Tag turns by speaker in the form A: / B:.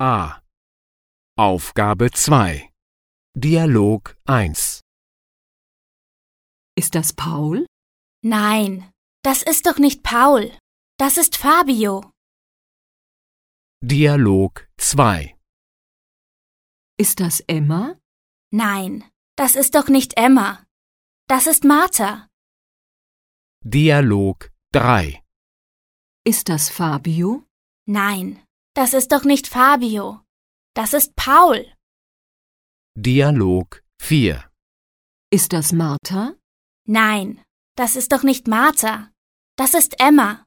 A: A. Aufgabe 2. Dialog 1.
B: Ist das Paul?
C: Nein, das ist doch nicht Paul. Das ist Fabio.
A: Dialog 2.
B: Ist das Emma?
C: Nein, das ist doch nicht Emma. Das ist Martha.
A: Dialog 3.
B: Ist das Fabio?
C: Nein, das ist doch nicht Fabio. Das ist Paul.
A: Dialog 4.
B: Ist das Martha?
C: Nein, das ist doch nicht Martha. Das ist Emma.